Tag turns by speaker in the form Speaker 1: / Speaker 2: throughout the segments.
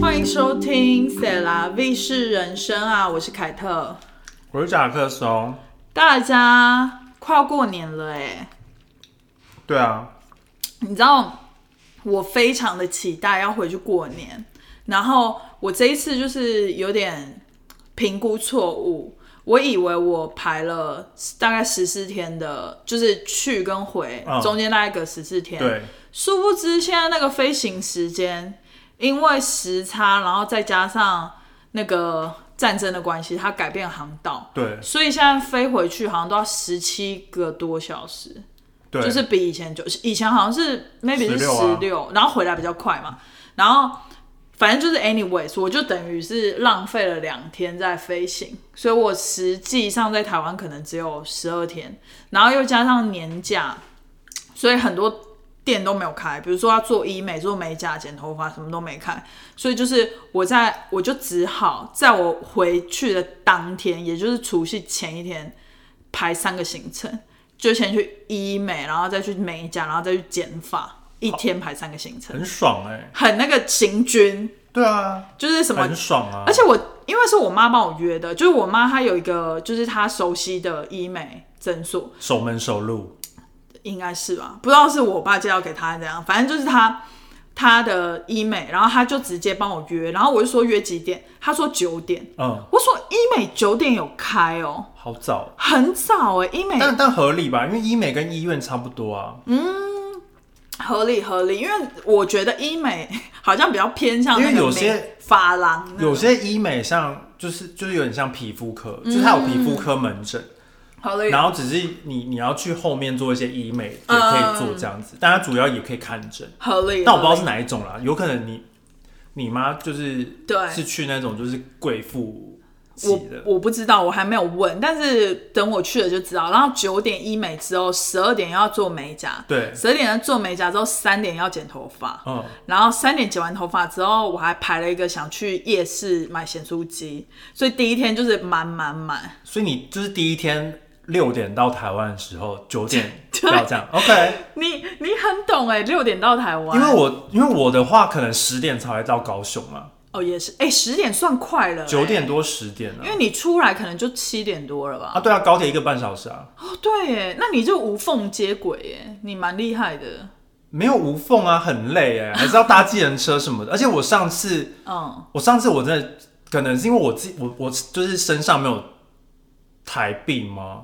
Speaker 1: 欢迎收听《塞拉 V 是人生》啊，我是凯特。
Speaker 2: 我是贾克松。
Speaker 1: 大家快要过年了哎、
Speaker 2: 对啊，
Speaker 1: 你知道我非常的期待要回去过年，然后我这一次就是有点评估错误，我以为我排了大概十四天的，就是去跟回、
Speaker 2: 嗯
Speaker 1: 中间大概隔十四天，
Speaker 2: 对，
Speaker 1: 殊不知现在那个飞行时间，因为时差，然后再加上那个战争的关系，它改变航道，
Speaker 2: 对，
Speaker 1: 所以现在飞回去好像都要十七个多小时，
Speaker 2: 对，
Speaker 1: 就是比以前九，以前好像是 maybe 是
Speaker 2: 16
Speaker 1: 十
Speaker 2: 啊
Speaker 1: 六、然后回来比较快嘛，然后。反正就是 anyways，我就等于是浪费了两天在飞行，所以我实际上在台湾可能只有十二天，然后又加上年假，所以很多店都没有开，比如说要做医美、做美甲、剪头发，什么都没开。所以就是我在，我就只好在我回去的当天，也就是除夕前一天排三个行程，就先去医美，然后再去美甲，然后再去剪发，一天排三个行程，
Speaker 2: 很爽哎、
Speaker 1: 很那个行军，
Speaker 2: 对啊，
Speaker 1: 就是什么
Speaker 2: 很爽啊，
Speaker 1: 而且我因为是我妈帮我约的，就是我妈她有一个就是她熟悉的医美诊所，
Speaker 2: 守门守路，
Speaker 1: 应该是吧，不知道是我爸介绍给她还是怎样，反正就是她她的医美，然后她就直接帮我约，然后我就说约几点，她说九点，
Speaker 2: 嗯，
Speaker 1: 我说医美九点有开哦，
Speaker 2: 好早，
Speaker 1: 很早哎、医嗯美
Speaker 2: 但但合理吧，因为医美跟医院差不多啊，
Speaker 1: 合理合理，因为我觉得医美好像比较偏向
Speaker 2: 因为
Speaker 1: 那个
Speaker 2: 有些
Speaker 1: 美发廊那种，
Speaker 2: 有些医美像就是就是有点像皮肤科，
Speaker 1: 嗯
Speaker 2: 就是它有皮肤科门诊，
Speaker 1: 合理
Speaker 2: 然后只是你你要去后面做一些医美也
Speaker 1: 嗯
Speaker 2: 可以做这样子，但它主要也可以看诊，
Speaker 1: 合理，
Speaker 2: 但我不知
Speaker 1: 合
Speaker 2: 道是
Speaker 1: 理
Speaker 2: 哪一种啦，有可能你你妈就是
Speaker 1: 对
Speaker 2: 是去那种就是贵妇
Speaker 1: 我
Speaker 2: 级的，
Speaker 1: 我不知道，我还没有问，但是等我去了就知道。然后九点医美之后，十二点要做美甲，
Speaker 2: 对
Speaker 1: 十二点做美甲之后，三点要剪头发，
Speaker 2: 嗯，
Speaker 1: 然后三点剪完头发之后，我还排了一个想去夜市买咸酥鸡，所以第一天就是满满满。
Speaker 2: 所以你就是第一天六点到台湾的时候，九点要这样，OK？
Speaker 1: 你你很懂哎、六点到台湾，
Speaker 2: 因为我因为我的话可能十点才会到高雄嘛，
Speaker 1: 哦也是哎，十、0点算快了、
Speaker 2: 九点
Speaker 1: 多，
Speaker 2: 多十点了
Speaker 1: 因为你出来可能就七点多了吧？
Speaker 2: 啊，对啊，高铁一个半小时啊，
Speaker 1: 哦对耶，那你就无缝接轨耶，你蛮厉害的，
Speaker 2: 没有无缝啊，很累哎、还是要搭计程车什么的。而且我上次
Speaker 1: 嗯，
Speaker 2: 我上次我真的可能是因为我自己我我就是身上没有台币吗？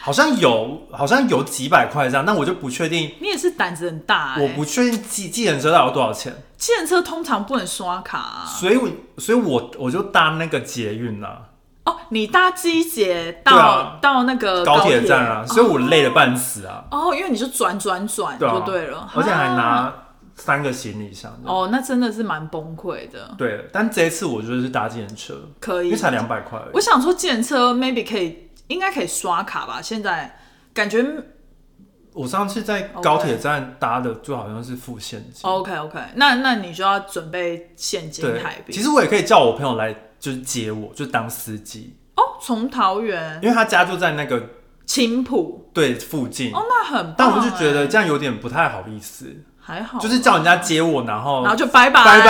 Speaker 2: 好像有，好像有几百块这样，但我就不确定，
Speaker 1: 你也是胆子很大哎、
Speaker 2: 我不确定计计程车到底要多少钱。
Speaker 1: 计程车通常不能刷卡、啊、
Speaker 2: 所以我，所以我我就搭那个捷运啊啦、
Speaker 1: 哦。你搭机捷到、
Speaker 2: 对啊
Speaker 1: 到那个
Speaker 2: 高
Speaker 1: 呃铁
Speaker 2: 铁站啊，所以我累得半死啊，
Speaker 1: 哦，因为你就转转转
Speaker 2: 对啊，
Speaker 1: 就对了，
Speaker 2: 而且还
Speaker 1: 啊
Speaker 2: 拿三个行李箱。哦，
Speaker 1: 哦，那真的是蛮崩溃的。
Speaker 2: 对，但这一次我就是搭计程车，
Speaker 1: 可
Speaker 2: 因
Speaker 1: 以
Speaker 2: 为，才两百块而已
Speaker 1: 我想说计程车 maybe 可以，应该可以刷卡吧？现在感觉
Speaker 2: 我上次在
Speaker 1: OK
Speaker 2: 高铁站搭的，就好像是付现金。
Speaker 1: OK OK，那哦那你就要准备现金
Speaker 2: 对
Speaker 1: 台，币。
Speaker 2: 其实我也可以叫我朋友来，就是接我，就当司机，
Speaker 1: 哦，从桃园
Speaker 2: 因为他家就在那个
Speaker 1: 青浦
Speaker 2: 对附近。
Speaker 1: 哦，那很棒、
Speaker 2: 但我就觉得这样有点不太好意思，
Speaker 1: 还好，
Speaker 2: 就是叫人家接我，然后
Speaker 1: 哦然后就拜拜
Speaker 2: 拜。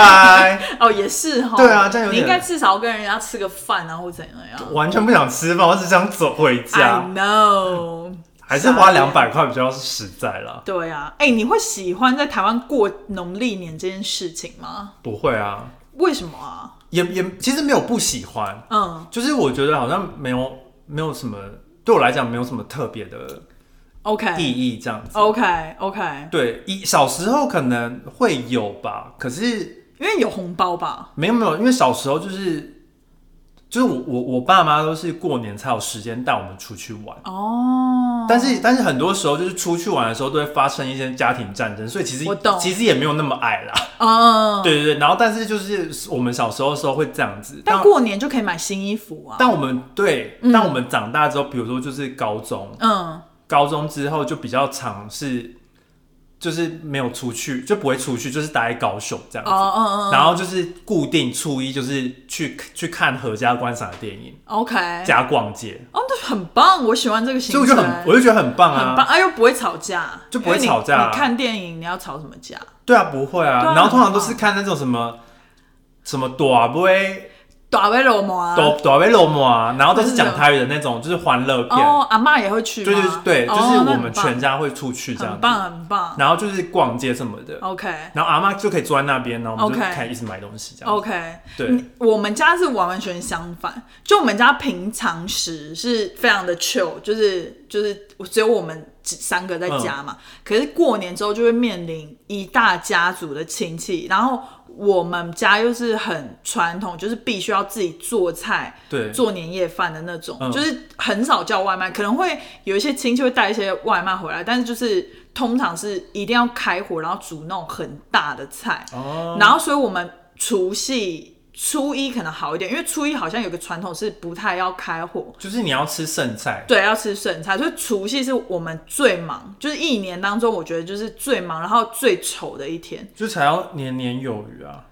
Speaker 2: 拜，
Speaker 1: 哦，也是哈。
Speaker 2: 对啊这样有
Speaker 1: 你应
Speaker 2: 点
Speaker 1: 该至少跟人家吃个饭啊，或怎样。
Speaker 2: 完全不想吃饭，我只想走回
Speaker 1: I
Speaker 2: 家，
Speaker 1: know，
Speaker 2: 还是
Speaker 1: 傻
Speaker 2: 花
Speaker 1: 眼
Speaker 2: 两百块比较实在啦。
Speaker 1: 对啊，哎、你会喜欢在台湾过农历年这件事情吗？
Speaker 2: 不会啊，
Speaker 1: 为什么啊？
Speaker 2: 也也其实没有不喜欢，
Speaker 1: 嗯，
Speaker 2: 就是我觉得好像没有没有什么，对我来讲没有什么特别的
Speaker 1: OK
Speaker 2: 意
Speaker 1: 哎
Speaker 2: 义这样子。
Speaker 1: OK OK，
Speaker 2: 对，一小时候可能会有吧，可是
Speaker 1: 因为有红包吧？
Speaker 2: 没有没有，因为小时候就是就是我我我爸妈都是过年才有时间带我们出去玩，
Speaker 1: 哦，
Speaker 2: 但是但是很多时候就是出去玩的时候都会发生一些家庭战争，所以其实
Speaker 1: 我懂
Speaker 2: 其实也没有那么爱啦。
Speaker 1: 嗯，
Speaker 2: 对对对，然后但是就是我们小时候的时候会这样子，
Speaker 1: 但嗯过年就可以买新衣服啊。
Speaker 2: 但我们对，但我们长大之后，比如说就是高中，
Speaker 1: 嗯，
Speaker 2: 高中之后就比较常是，就是没有出去，就不会出去，就是待在高雄这
Speaker 1: 哦
Speaker 2: 样子。
Speaker 1: 哦哦
Speaker 2: 然后就是固定初一就是去去看合家观赏的电影，
Speaker 1: ，OK，
Speaker 2: 加逛街，
Speaker 1: 哦，那很棒，我喜欢这个
Speaker 2: 所以
Speaker 1: 行
Speaker 2: 我
Speaker 1: 程，
Speaker 2: 就很我就觉得很棒
Speaker 1: 很棒
Speaker 2: 啊，
Speaker 1: 啊，又不会吵架，
Speaker 2: 就不会
Speaker 1: 因为你
Speaker 2: 吵架啊
Speaker 1: 你看电影你要吵什么架？
Speaker 2: 对啊，不会啊。
Speaker 1: 对啊
Speaker 2: 然后通常都
Speaker 1: 很
Speaker 2: 是
Speaker 1: 棒
Speaker 2: 看那种什么什么短不会
Speaker 1: 打威罗摩啊，
Speaker 2: 短短被落寞啊，然后都是
Speaker 1: 真
Speaker 2: 讲
Speaker 1: 的
Speaker 2: 台语的那种，就是欢乐片，
Speaker 1: 哦，阿妈也会去吗，
Speaker 2: 对对对，就
Speaker 1: 哦
Speaker 2: 是
Speaker 1: 那
Speaker 2: 我
Speaker 1: 很
Speaker 2: 们
Speaker 1: 棒
Speaker 2: 全家会出去这样
Speaker 1: 很
Speaker 2: 子。
Speaker 1: 棒很棒
Speaker 2: 然后就是逛街什么的，
Speaker 1: ，OK。
Speaker 2: 然后阿妈就可以坐在那边，然后我们就
Speaker 1: OK
Speaker 2: 开始一直买东西这样子。
Speaker 1: OK，
Speaker 2: 对
Speaker 1: 嗯我们家是完完全相反。就我们家平常时是非常的 chill，就是就是只有我们只三个在家嘛。可是过年之后就会面临一大家族的亲戚，然后我们家又是很传统，就是必须要自己做菜，
Speaker 2: 对
Speaker 1: 做年夜饭的那种，
Speaker 2: 嗯
Speaker 1: 就是很少叫外卖，可能会有一些亲戚会带一些外卖回来，但是就是通常是一定要开火，然后煮那种很大的菜。
Speaker 2: 哦，
Speaker 1: 然后，所以我们除夕、初一可能好一点，因为初一好像有个传统是不太要开火，
Speaker 2: 就是你要吃剩菜，
Speaker 1: 对，要吃剩菜，所以除夕是我们最忙，就是一年当中我觉得就是最忙，然后最丑的一天。
Speaker 2: 就才要年年有余啊。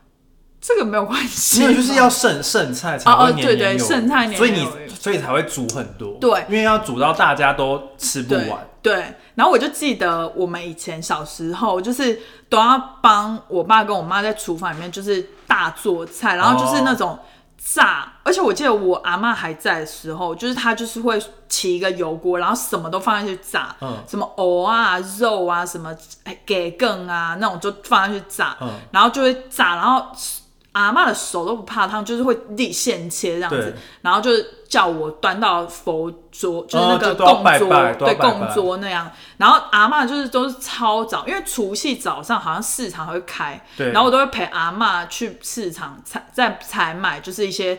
Speaker 1: 这个没有关系
Speaker 2: 没
Speaker 1: 吧，
Speaker 2: 有，就是要剩剩菜才
Speaker 1: 哦哦
Speaker 2: 会年
Speaker 1: 对
Speaker 2: 年
Speaker 1: 对
Speaker 2: 有余，
Speaker 1: 剩菜年年
Speaker 2: 所以你
Speaker 1: 有余
Speaker 2: 所以才会煮很多，
Speaker 1: 对
Speaker 2: 因为要煮到大家都吃不
Speaker 1: 对
Speaker 2: 完。
Speaker 1: 对，然后我就记得我们以前小时候，就是都要帮我爸跟我妈在厨房里面就是大做菜，然后
Speaker 2: 哦
Speaker 1: 就是那种炸。而且我记得我阿妈还在的时候，就是她就是会起一个油锅，然后什么都放下去炸，
Speaker 2: 嗯
Speaker 1: 什么藕啊、肉啊、什么给更啊那种就放下去炸，
Speaker 2: 嗯
Speaker 1: 然后就会炸，然后。阿妈的手都不怕烫，就是会立现切这样子
Speaker 2: 对，
Speaker 1: 然后就是叫我端到佛桌，就是那
Speaker 2: 哦
Speaker 1: 个
Speaker 2: 就都要
Speaker 1: 供
Speaker 2: 拜
Speaker 1: 桌，
Speaker 2: 拜都要
Speaker 1: 对
Speaker 2: 拜
Speaker 1: 供
Speaker 2: 拜
Speaker 1: 桌那样。然后阿嬷就是都是超早，因为除夕早上好像市场会开，
Speaker 2: 对
Speaker 1: 然后我都会陪阿嬷去市场采再采买，就是一些。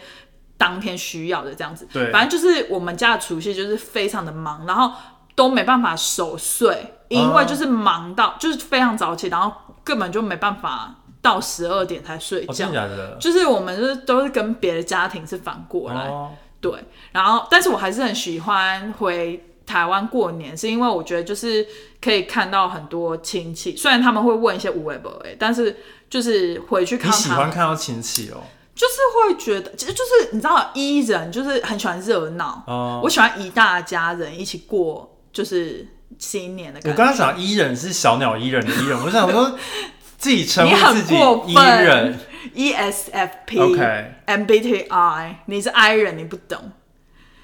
Speaker 1: 当天需要的这样子，
Speaker 2: 对
Speaker 1: 反正就是我们家的除夕就是非常的忙，然后都没办法守岁，因为就是忙到、就是非常早起，然后根本就没办法到十二点才睡
Speaker 2: 哦，
Speaker 1: 觉，
Speaker 2: 真的假的？
Speaker 1: 就是我们就是都是跟别的家庭是反过来，
Speaker 2: 哦，
Speaker 1: 对，然后但是我还是很喜欢回台湾过年，是因为我觉得就是可以看到很多亲戚，虽然他们会问一些无为不为，但是就是回去看
Speaker 2: 你
Speaker 1: 到
Speaker 2: 喜
Speaker 1: 他
Speaker 2: 欢
Speaker 1: 们，
Speaker 2: 看到亲戚哦？
Speaker 1: 就是会觉得，其实就是你知道，一人就是很喜欢热闹，
Speaker 2: 哦
Speaker 1: 我喜欢一大家人一起过，就是新年的
Speaker 2: 我
Speaker 1: 感觉。
Speaker 2: 刚刚想伊人是小鸟伊人的伊人，我想说自己称
Speaker 1: 你
Speaker 2: 呼
Speaker 1: 很
Speaker 2: 自己
Speaker 1: 过
Speaker 2: 伊人
Speaker 1: 分，，ESFP、E
Speaker 2: OK
Speaker 1: MBTI，你是 I 人，你不懂。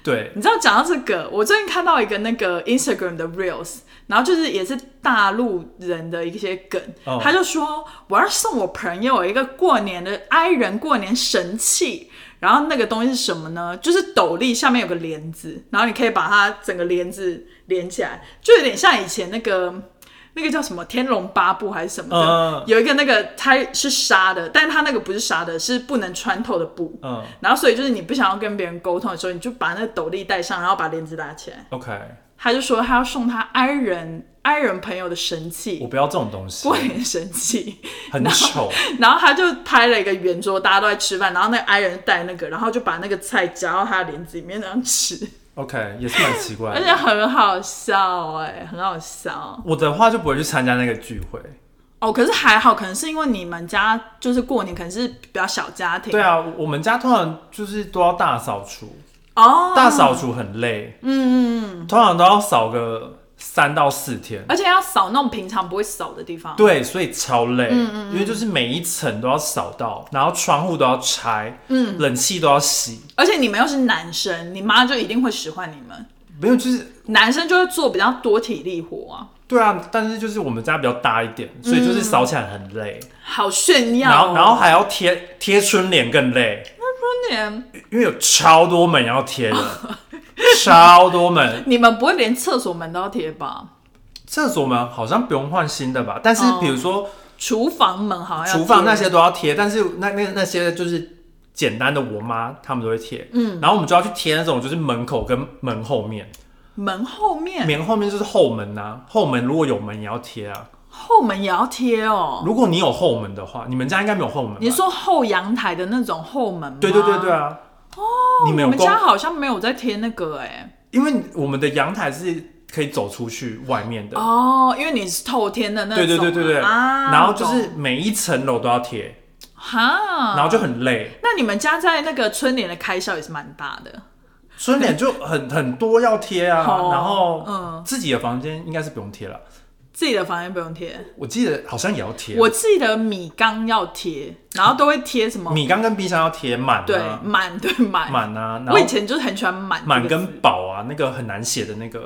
Speaker 2: 对，
Speaker 1: 你知道讲到这个，我最近看到一个那个 Instagram 的 Reels，然后就是也是大陆人的一些梗，
Speaker 2: 哦
Speaker 1: 他就说我要送我朋友一个过年的 i 人过年神器，然后那个东西是什么呢？就是斗笠下面有个帘子，然后你可以把它整个帘子连起来，就有点像以前那个。那个叫什么《天龙八部》还是什么的，
Speaker 2: 嗯
Speaker 1: 有一个那个它是纱的，但它那个不是纱的，是不能穿透的布。
Speaker 2: 嗯
Speaker 1: 然后所以就是你不想要跟别人沟通的时候，你就把那个斗笠戴上，然后把帘子拉起来。
Speaker 2: ，OK，
Speaker 1: 他就说他要送他 i 人 i 人朋友的神
Speaker 2: 我
Speaker 1: 器，
Speaker 2: 不要这种东西
Speaker 1: 过，年神器。
Speaker 2: 很丑。
Speaker 1: 然后他就拍了一个圆桌，大家都在吃饭，然后那个 i 人带那个，然后就把那个菜夹到他的帘子里面那样 吃，
Speaker 2: OK，也是蛮奇怪
Speaker 1: 而
Speaker 2: 的。
Speaker 1: 且很好笑哎、很好笑
Speaker 2: 我的话就不会去参加那个聚会。
Speaker 1: 哦。可是还好，可能是因为你们家就是过年，可能是比较小家庭，
Speaker 2: 对啊，我们家通常就是都要大扫除，
Speaker 1: 哦，
Speaker 2: 大扫除很累，嗯嗯嗯，通常都要扫个三到四天。
Speaker 1: 而且要扫那种平常不会扫的地方，
Speaker 2: 对，所以超累，因为就是每一层都要扫到，然后窗户都要拆，嗯，冷气都要洗，
Speaker 1: 而且你们又是男生，你妈就一定会使唤你们。
Speaker 2: 没有就是
Speaker 1: 男生就会做比较多体力活啊，
Speaker 2: 对啊，但是就是我们家比较大一点，所以就是扫起来很累，
Speaker 1: 好炫耀、哦。
Speaker 2: 然后然后还要贴贴春联更累，
Speaker 1: 春联，
Speaker 2: 因为有超多门要贴 的，超多门，
Speaker 1: 你们不会连厕所门都要贴吧？
Speaker 2: 厕所门好像不用换新的吧？但是比如说
Speaker 1: 厨房门好像要
Speaker 2: 厨房
Speaker 1: 哦贴
Speaker 2: 那些都要贴，但是那那那些就是简单的我妈他们都会贴，嗯，然后我们就要去贴那种就是门口跟门后面，
Speaker 1: 门后面，
Speaker 2: 门后面就是后门呐、后门如果有门也要贴啊。
Speaker 1: 后门也要贴哦。
Speaker 2: 如果你有后门的话，你们家应该没有后门吧。
Speaker 1: 你说后阳台的那种后门吗？
Speaker 2: 对对对对啊！
Speaker 1: 哦
Speaker 2: 你们有
Speaker 1: 我们
Speaker 2: 公
Speaker 1: 家好像没有在贴那个哎、
Speaker 2: 因为我们的阳台是可以走出去外面的。
Speaker 1: 哦，因为你是透天的那种
Speaker 2: 对
Speaker 1: 啊，
Speaker 2: 对对对对，
Speaker 1: 啊，
Speaker 2: 然后就是
Speaker 1: 懂嗯
Speaker 2: 每一层楼都要贴，
Speaker 1: 哈，
Speaker 2: 然后就很累，
Speaker 1: 那你们家在那个春联的开销也是蛮大的，
Speaker 2: 春联就很很多要贴啊，
Speaker 1: 哦
Speaker 2: 然后
Speaker 1: 嗯
Speaker 2: 自己的房间应该是不用贴了，
Speaker 1: 自己的房间不用贴。
Speaker 2: 我记得好像也要贴，
Speaker 1: 我记得米缸要贴，然后都会贴什么？
Speaker 2: 米缸跟冰箱要贴满
Speaker 1: 对
Speaker 2: 啊，
Speaker 1: 满对满。
Speaker 2: 满啊，然后
Speaker 1: 我以前就是很喜欢满这个
Speaker 2: 满
Speaker 1: 字
Speaker 2: 跟宝啊，那个很难写的那个，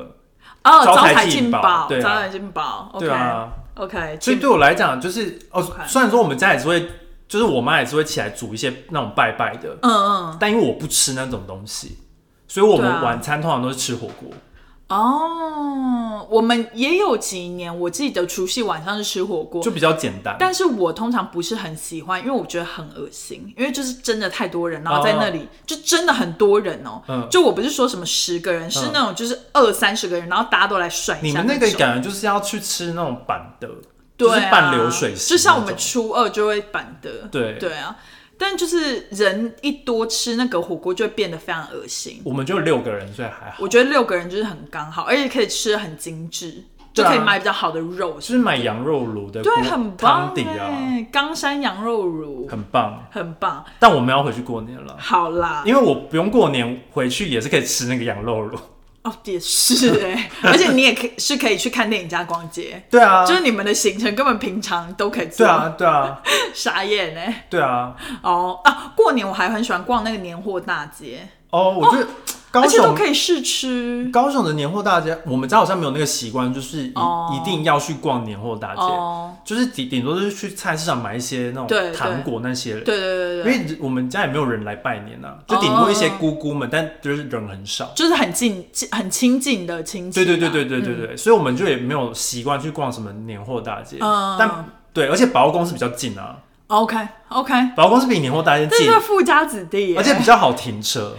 Speaker 1: 哦
Speaker 2: 招
Speaker 1: 招
Speaker 2: 财
Speaker 1: 财
Speaker 2: 进
Speaker 1: 进
Speaker 2: 宝
Speaker 1: 宝，
Speaker 2: 对啊
Speaker 1: 招财进宝。
Speaker 2: 对啊
Speaker 1: OK OK，
Speaker 2: 所以对我来讲就是哦
Speaker 1: OK，
Speaker 2: 虽然说我们家也是会，就是我妈也是会起来煮一些那种拜拜的，
Speaker 1: 嗯嗯
Speaker 2: 但因为我不吃那种东西，所以我
Speaker 1: 对
Speaker 2: 们
Speaker 1: 啊
Speaker 2: 晚餐通常都是吃火锅。
Speaker 1: 哦，我们也有几年，我记得除夕晚上是吃火锅
Speaker 2: 就。比较简单。
Speaker 1: 但是我通常不是很喜欢，因为我觉得很恶心，因为就是真的太多人，然后在那里、就真的很多人哦、
Speaker 2: 哦嗯
Speaker 1: 就我不是说什么十个人，是那种就是二三十个人，然后大家都来甩一
Speaker 2: 你
Speaker 1: 下
Speaker 2: 们那
Speaker 1: 种
Speaker 2: 个感觉就是要去吃那种板的，
Speaker 1: 对、啊，
Speaker 2: 就是半流水席
Speaker 1: 就
Speaker 2: 那种，
Speaker 1: 像我们初二就会板的，
Speaker 2: 对
Speaker 1: 对啊。但就是人一多吃那个火锅，就会变得非常恶心。
Speaker 2: 我们就六个人，所以还好，
Speaker 1: 我觉得六个人就是很刚好，而且可以吃得很精致，就
Speaker 2: 对啊
Speaker 1: 可以买比较好的肉，
Speaker 2: 就是买羊肉炉的锅
Speaker 1: 对，很棒
Speaker 2: 汤底啊，
Speaker 1: 哎、冈山羊肉乳
Speaker 2: 很棒。
Speaker 1: 很棒。
Speaker 2: 但我们要回去过年了，
Speaker 1: 好啦，
Speaker 2: 因为我不用过年回去也是可以吃那个羊肉炉。
Speaker 1: 哦，也是哎、而且你也可以是可以去看电影加逛街，
Speaker 2: 对啊，
Speaker 1: 就是你们的行程根本平常都可以做。
Speaker 2: 对啊，，对啊，
Speaker 1: 傻眼哎、
Speaker 2: 对啊。
Speaker 1: 哦啊，过年我还很喜欢逛那个年货大街，
Speaker 2: 哦，我觉得高
Speaker 1: 而且都
Speaker 2: 雄
Speaker 1: 可以试吃。
Speaker 2: 高雄的年货大街，我们家好像没有那个习惯，就是一
Speaker 1: 哦
Speaker 2: 一定要去逛年货大街，
Speaker 1: 哦，
Speaker 2: 就是顶顶多就是去菜市场买一些那
Speaker 1: 对对
Speaker 2: 种糖果那些。
Speaker 1: 对对对
Speaker 2: 因
Speaker 1: 对，哦
Speaker 2: 为我们家也没有人来拜年啊，就顶多一些姑姑们，但就是人很少。
Speaker 1: 就是很近、近很亲近的亲戚、嗯
Speaker 2: 对对对对。对对对，
Speaker 1: 啊
Speaker 2: 所以我们就也没有习惯去逛什么年货大街。
Speaker 1: 嗯
Speaker 2: 但对，而且百货公司比较近啊，
Speaker 1: OK OK，
Speaker 2: 百货公司比年货大街
Speaker 1: 这
Speaker 2: 近
Speaker 1: 是，富家子弟耶，
Speaker 2: 而且比较好停车。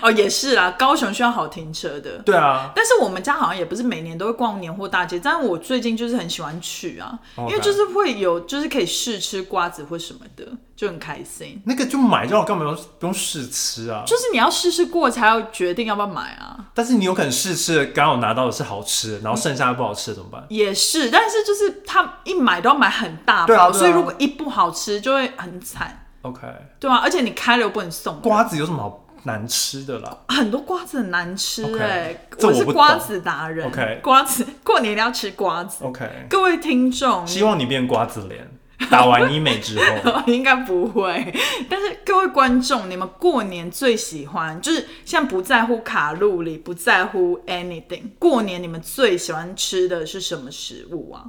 Speaker 1: 哦也是啦，高雄需要好停车的。
Speaker 2: 对啊，
Speaker 1: 但是我们家好像也不是每年都会逛年货大街，但我最近就是很喜欢去啊
Speaker 2: 哦 OK
Speaker 1: 因为就是会有就是可以试吃瓜子或什么的，就很开心。
Speaker 2: 那个就买就好，干嘛要不用试吃啊？
Speaker 1: 就是你要试试过才要决定要不要买啊，
Speaker 2: 但是你有可能试吃的，刚好拿到的是好吃的，然后剩下的不好吃的怎么办？
Speaker 1: 也是。但是就是他一买都要买很大包，
Speaker 2: 对啊对啊
Speaker 1: 所以如果一不好吃就会很惨，
Speaker 2: ？OK，
Speaker 1: 对啊，而且你开了又不能送人，
Speaker 2: 瓜子有什么好难吃的啦？
Speaker 1: 很多瓜子很难吃
Speaker 2: OK，
Speaker 1: 哎、
Speaker 2: 这
Speaker 1: 是
Speaker 2: 我不懂
Speaker 1: 瓜子达人
Speaker 2: OK
Speaker 1: 瓜子过年一定要吃瓜子。
Speaker 2: OK，
Speaker 1: 各位听众，
Speaker 2: 希望你变瓜子脸，打完医美之后。
Speaker 1: 应该不会。但是各位观众，你们过年最喜欢就是像不在乎卡路里，不在乎 anything，过年你们最喜欢吃的是什么食物啊？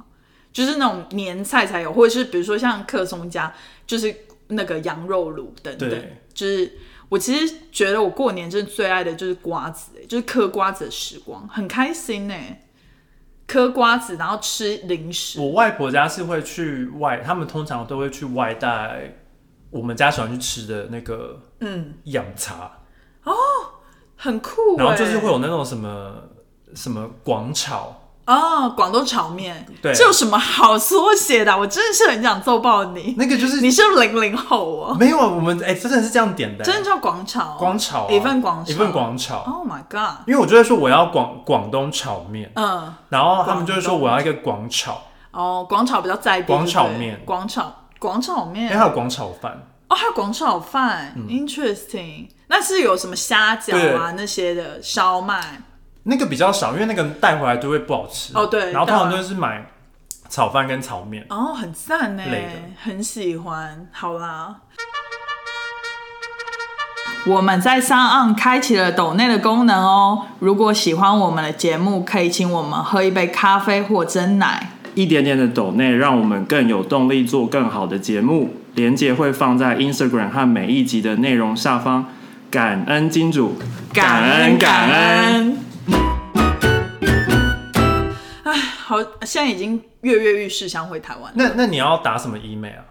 Speaker 1: 就是那种年菜才有，或者是比如说像客松家，就是那个羊肉卤等等
Speaker 2: 对，
Speaker 1: 就是。我其实觉得我过年真的最爱的就是瓜子、欸就是嗑瓜子的时光，很开心呢、欸嗑瓜子，然后吃零食，
Speaker 2: 我外婆家是会去外，他们通常都会去外带我们家喜欢去吃的那个
Speaker 1: 嗯，
Speaker 2: 养茶，
Speaker 1: 很酷、欸。
Speaker 2: 然后就是会有那种什么什么广炒，
Speaker 1: 哦，广东炒面，
Speaker 2: 对
Speaker 1: 这有什么好缩写的啊？我真的是很想揍爆你！
Speaker 2: 那个就是
Speaker 1: 你是零零后哦，
Speaker 2: 没有啊，我们哎、真的是这样点的、
Speaker 1: 真的叫广炒哦，
Speaker 2: 广炒啊、
Speaker 1: 一份广炒，
Speaker 2: 一份。广炒，
Speaker 1: Oh my god！
Speaker 2: 因为我就会说我要广广东炒面，
Speaker 1: 嗯，
Speaker 2: 然后他们就会说我要一个广炒，
Speaker 1: 哦，广炒比较在地，
Speaker 2: 广
Speaker 1: 对不对
Speaker 2: 炒面
Speaker 1: 广炒，广炒
Speaker 2: 因
Speaker 1: 面
Speaker 2: 为，还有嗯广炒饭，
Speaker 1: 哦，还有广炒饭、i n t e r e s t i n g 那是有什么虾饺啊那些的烧麦，
Speaker 2: 那个比较少，因为那个带回来都会不好吃
Speaker 1: 哦对
Speaker 2: 然后通常
Speaker 1: 当然
Speaker 2: 都是买炒饭跟炒面。
Speaker 1: 哦，很赞呢
Speaker 2: 类的，
Speaker 1: 很喜欢。好啦，我们在上岸开启了抖内的功能哦。如果喜欢我们的节目，可以请我们喝一杯咖啡或蒸奶。
Speaker 3: 一点点的抖内，让我们更有动力做更好的节目。连接会放在 Instagram 和每一集的内容下方。感恩金主，感恩。
Speaker 1: 恩。哎，好，现在已经跃跃欲试，想回台湾了。
Speaker 2: 那那你要打什么医美啊？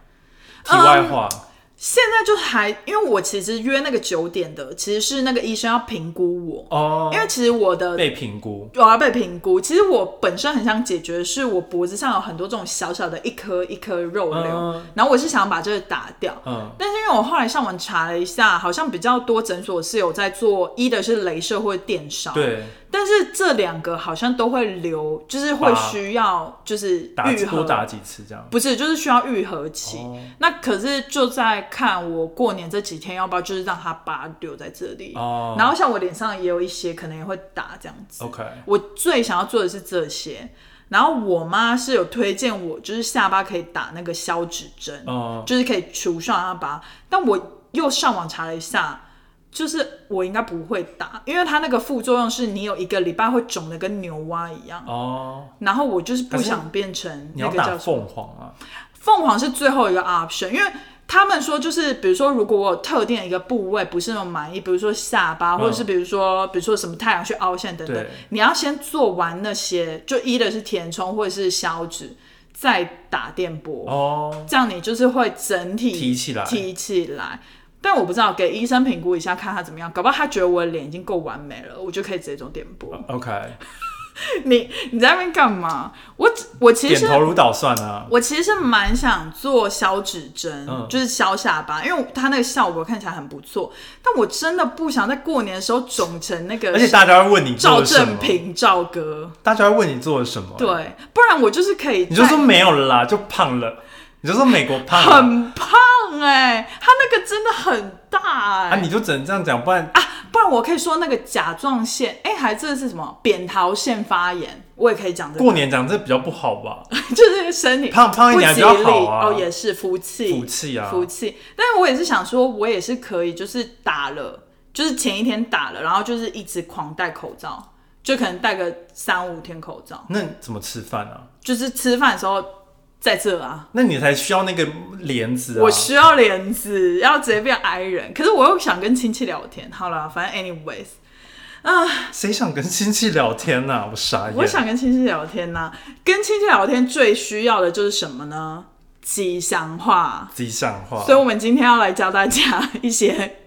Speaker 2: 题外话，
Speaker 1: 现在就还，因为我其实约那个九点的，其实是那个医生要评估我，
Speaker 2: 哦，
Speaker 1: 因为其实我的
Speaker 2: 被评估，
Speaker 1: 我啊要被评估。其实我本身很想解决的是，我脖子上有很多这种小小的一颗一颗肉瘤，
Speaker 2: 嗯
Speaker 1: 然后我是想把这个打掉。
Speaker 2: 嗯
Speaker 1: 但是因为我后来上网查了一下，好像比较多诊所是有在做，一的是镭射或者电烧，。
Speaker 2: 对，
Speaker 1: 但是这两个好像都会留，就是会
Speaker 2: 把
Speaker 1: 需要就是
Speaker 2: 打
Speaker 1: 愈合，
Speaker 2: 多打几次这样。
Speaker 1: 不是就是需要愈合期。
Speaker 2: 哦
Speaker 1: 那可是就在看我过年这几天要不要就是让它疤留在这里，
Speaker 2: 哦
Speaker 1: 然后像我脸上也有一些可能也会打这样子。
Speaker 2: OK，
Speaker 1: 我最想要做的是这些。然后我妈是有推荐我，就是下巴可以打那个消脂针，
Speaker 2: 哦
Speaker 1: 就是可以除上下巴。但我又上网查了一下，就是我应该不会打，因为它那个副作用是你有一个礼拜会肿的跟牛蛙一样。
Speaker 2: 哦，
Speaker 1: 然后我就是不
Speaker 2: 可是
Speaker 1: 想变成
Speaker 2: 你
Speaker 1: 那
Speaker 2: 要
Speaker 1: 个
Speaker 2: 打
Speaker 1: 叫什么
Speaker 2: 凤凰啊？
Speaker 1: 凤凰是最后一个 option，因为他们说就是，比如说如果我有特定的一个部位不是那么满意，比如说下巴，或者是比如说比如说什么太阳穴凹陷等等
Speaker 2: 嗯对，
Speaker 1: 你要先做完那些，就一的是填充或者是消脂，再打电波，
Speaker 2: 哦，
Speaker 1: 这样你就是会整体
Speaker 2: 提起来
Speaker 1: 提起来。但我不知道，给医生评估一下，看他怎么样。搞不好他觉得我的脸已经够完美了，我就可以直接做电波。
Speaker 2: 哦 OK，
Speaker 1: 你你在那边干嘛？我只我其
Speaker 2: 点
Speaker 1: 实
Speaker 2: 头如捣蒜啊。
Speaker 1: 我其实是蛮想做消脂针，
Speaker 2: 嗯
Speaker 1: 就是消下巴，因为它那个效果看起来很不错。但我真的不想在过年的时候肿成那个，
Speaker 2: 而且大家会问你做
Speaker 1: 呃赵
Speaker 2: 了什
Speaker 1: 正
Speaker 2: 么，
Speaker 1: 平、赵哥，
Speaker 2: 大家会问你做了什么，，
Speaker 1: 对，不然我就是可以在，
Speaker 2: 你就说啊没有了啦，就胖了，你就说美国胖了，
Speaker 1: 很胖哎、他那个真的很大哎、
Speaker 2: 啊，你就只能这样讲，不然
Speaker 1: 不然我可以说那个甲状腺，哎、还这是什么扁桃腺发炎，我也可以讲这个，
Speaker 2: 过年讲这比较不好吧？
Speaker 1: 就是身体
Speaker 2: 胖胖一点
Speaker 1: 不吉
Speaker 2: 还比较好
Speaker 1: 利
Speaker 2: 啊
Speaker 1: 哦，也是福气，
Speaker 2: 福气啊，
Speaker 1: 服气。但是我也是想说，我也是可以，就是打了，就是前一天打了，然后就是一直狂戴口罩，就可能戴个三五天口罩，
Speaker 2: 那你怎么吃饭啊？
Speaker 1: 就是吃饭的时候在这啊。
Speaker 2: 那你才需要那个帘子啊。
Speaker 1: 我需要帘子，要直接变 I 人，可是我又想跟亲戚聊天。好了，反正 anyways，
Speaker 2: 谁想跟亲戚聊天呐、啊？我傻眼。
Speaker 1: 我想跟亲戚聊天呐、跟亲戚聊天最需要的就是什么呢？吉祥话。
Speaker 2: 吉祥话。
Speaker 1: 所以，我们今天要来教大家一些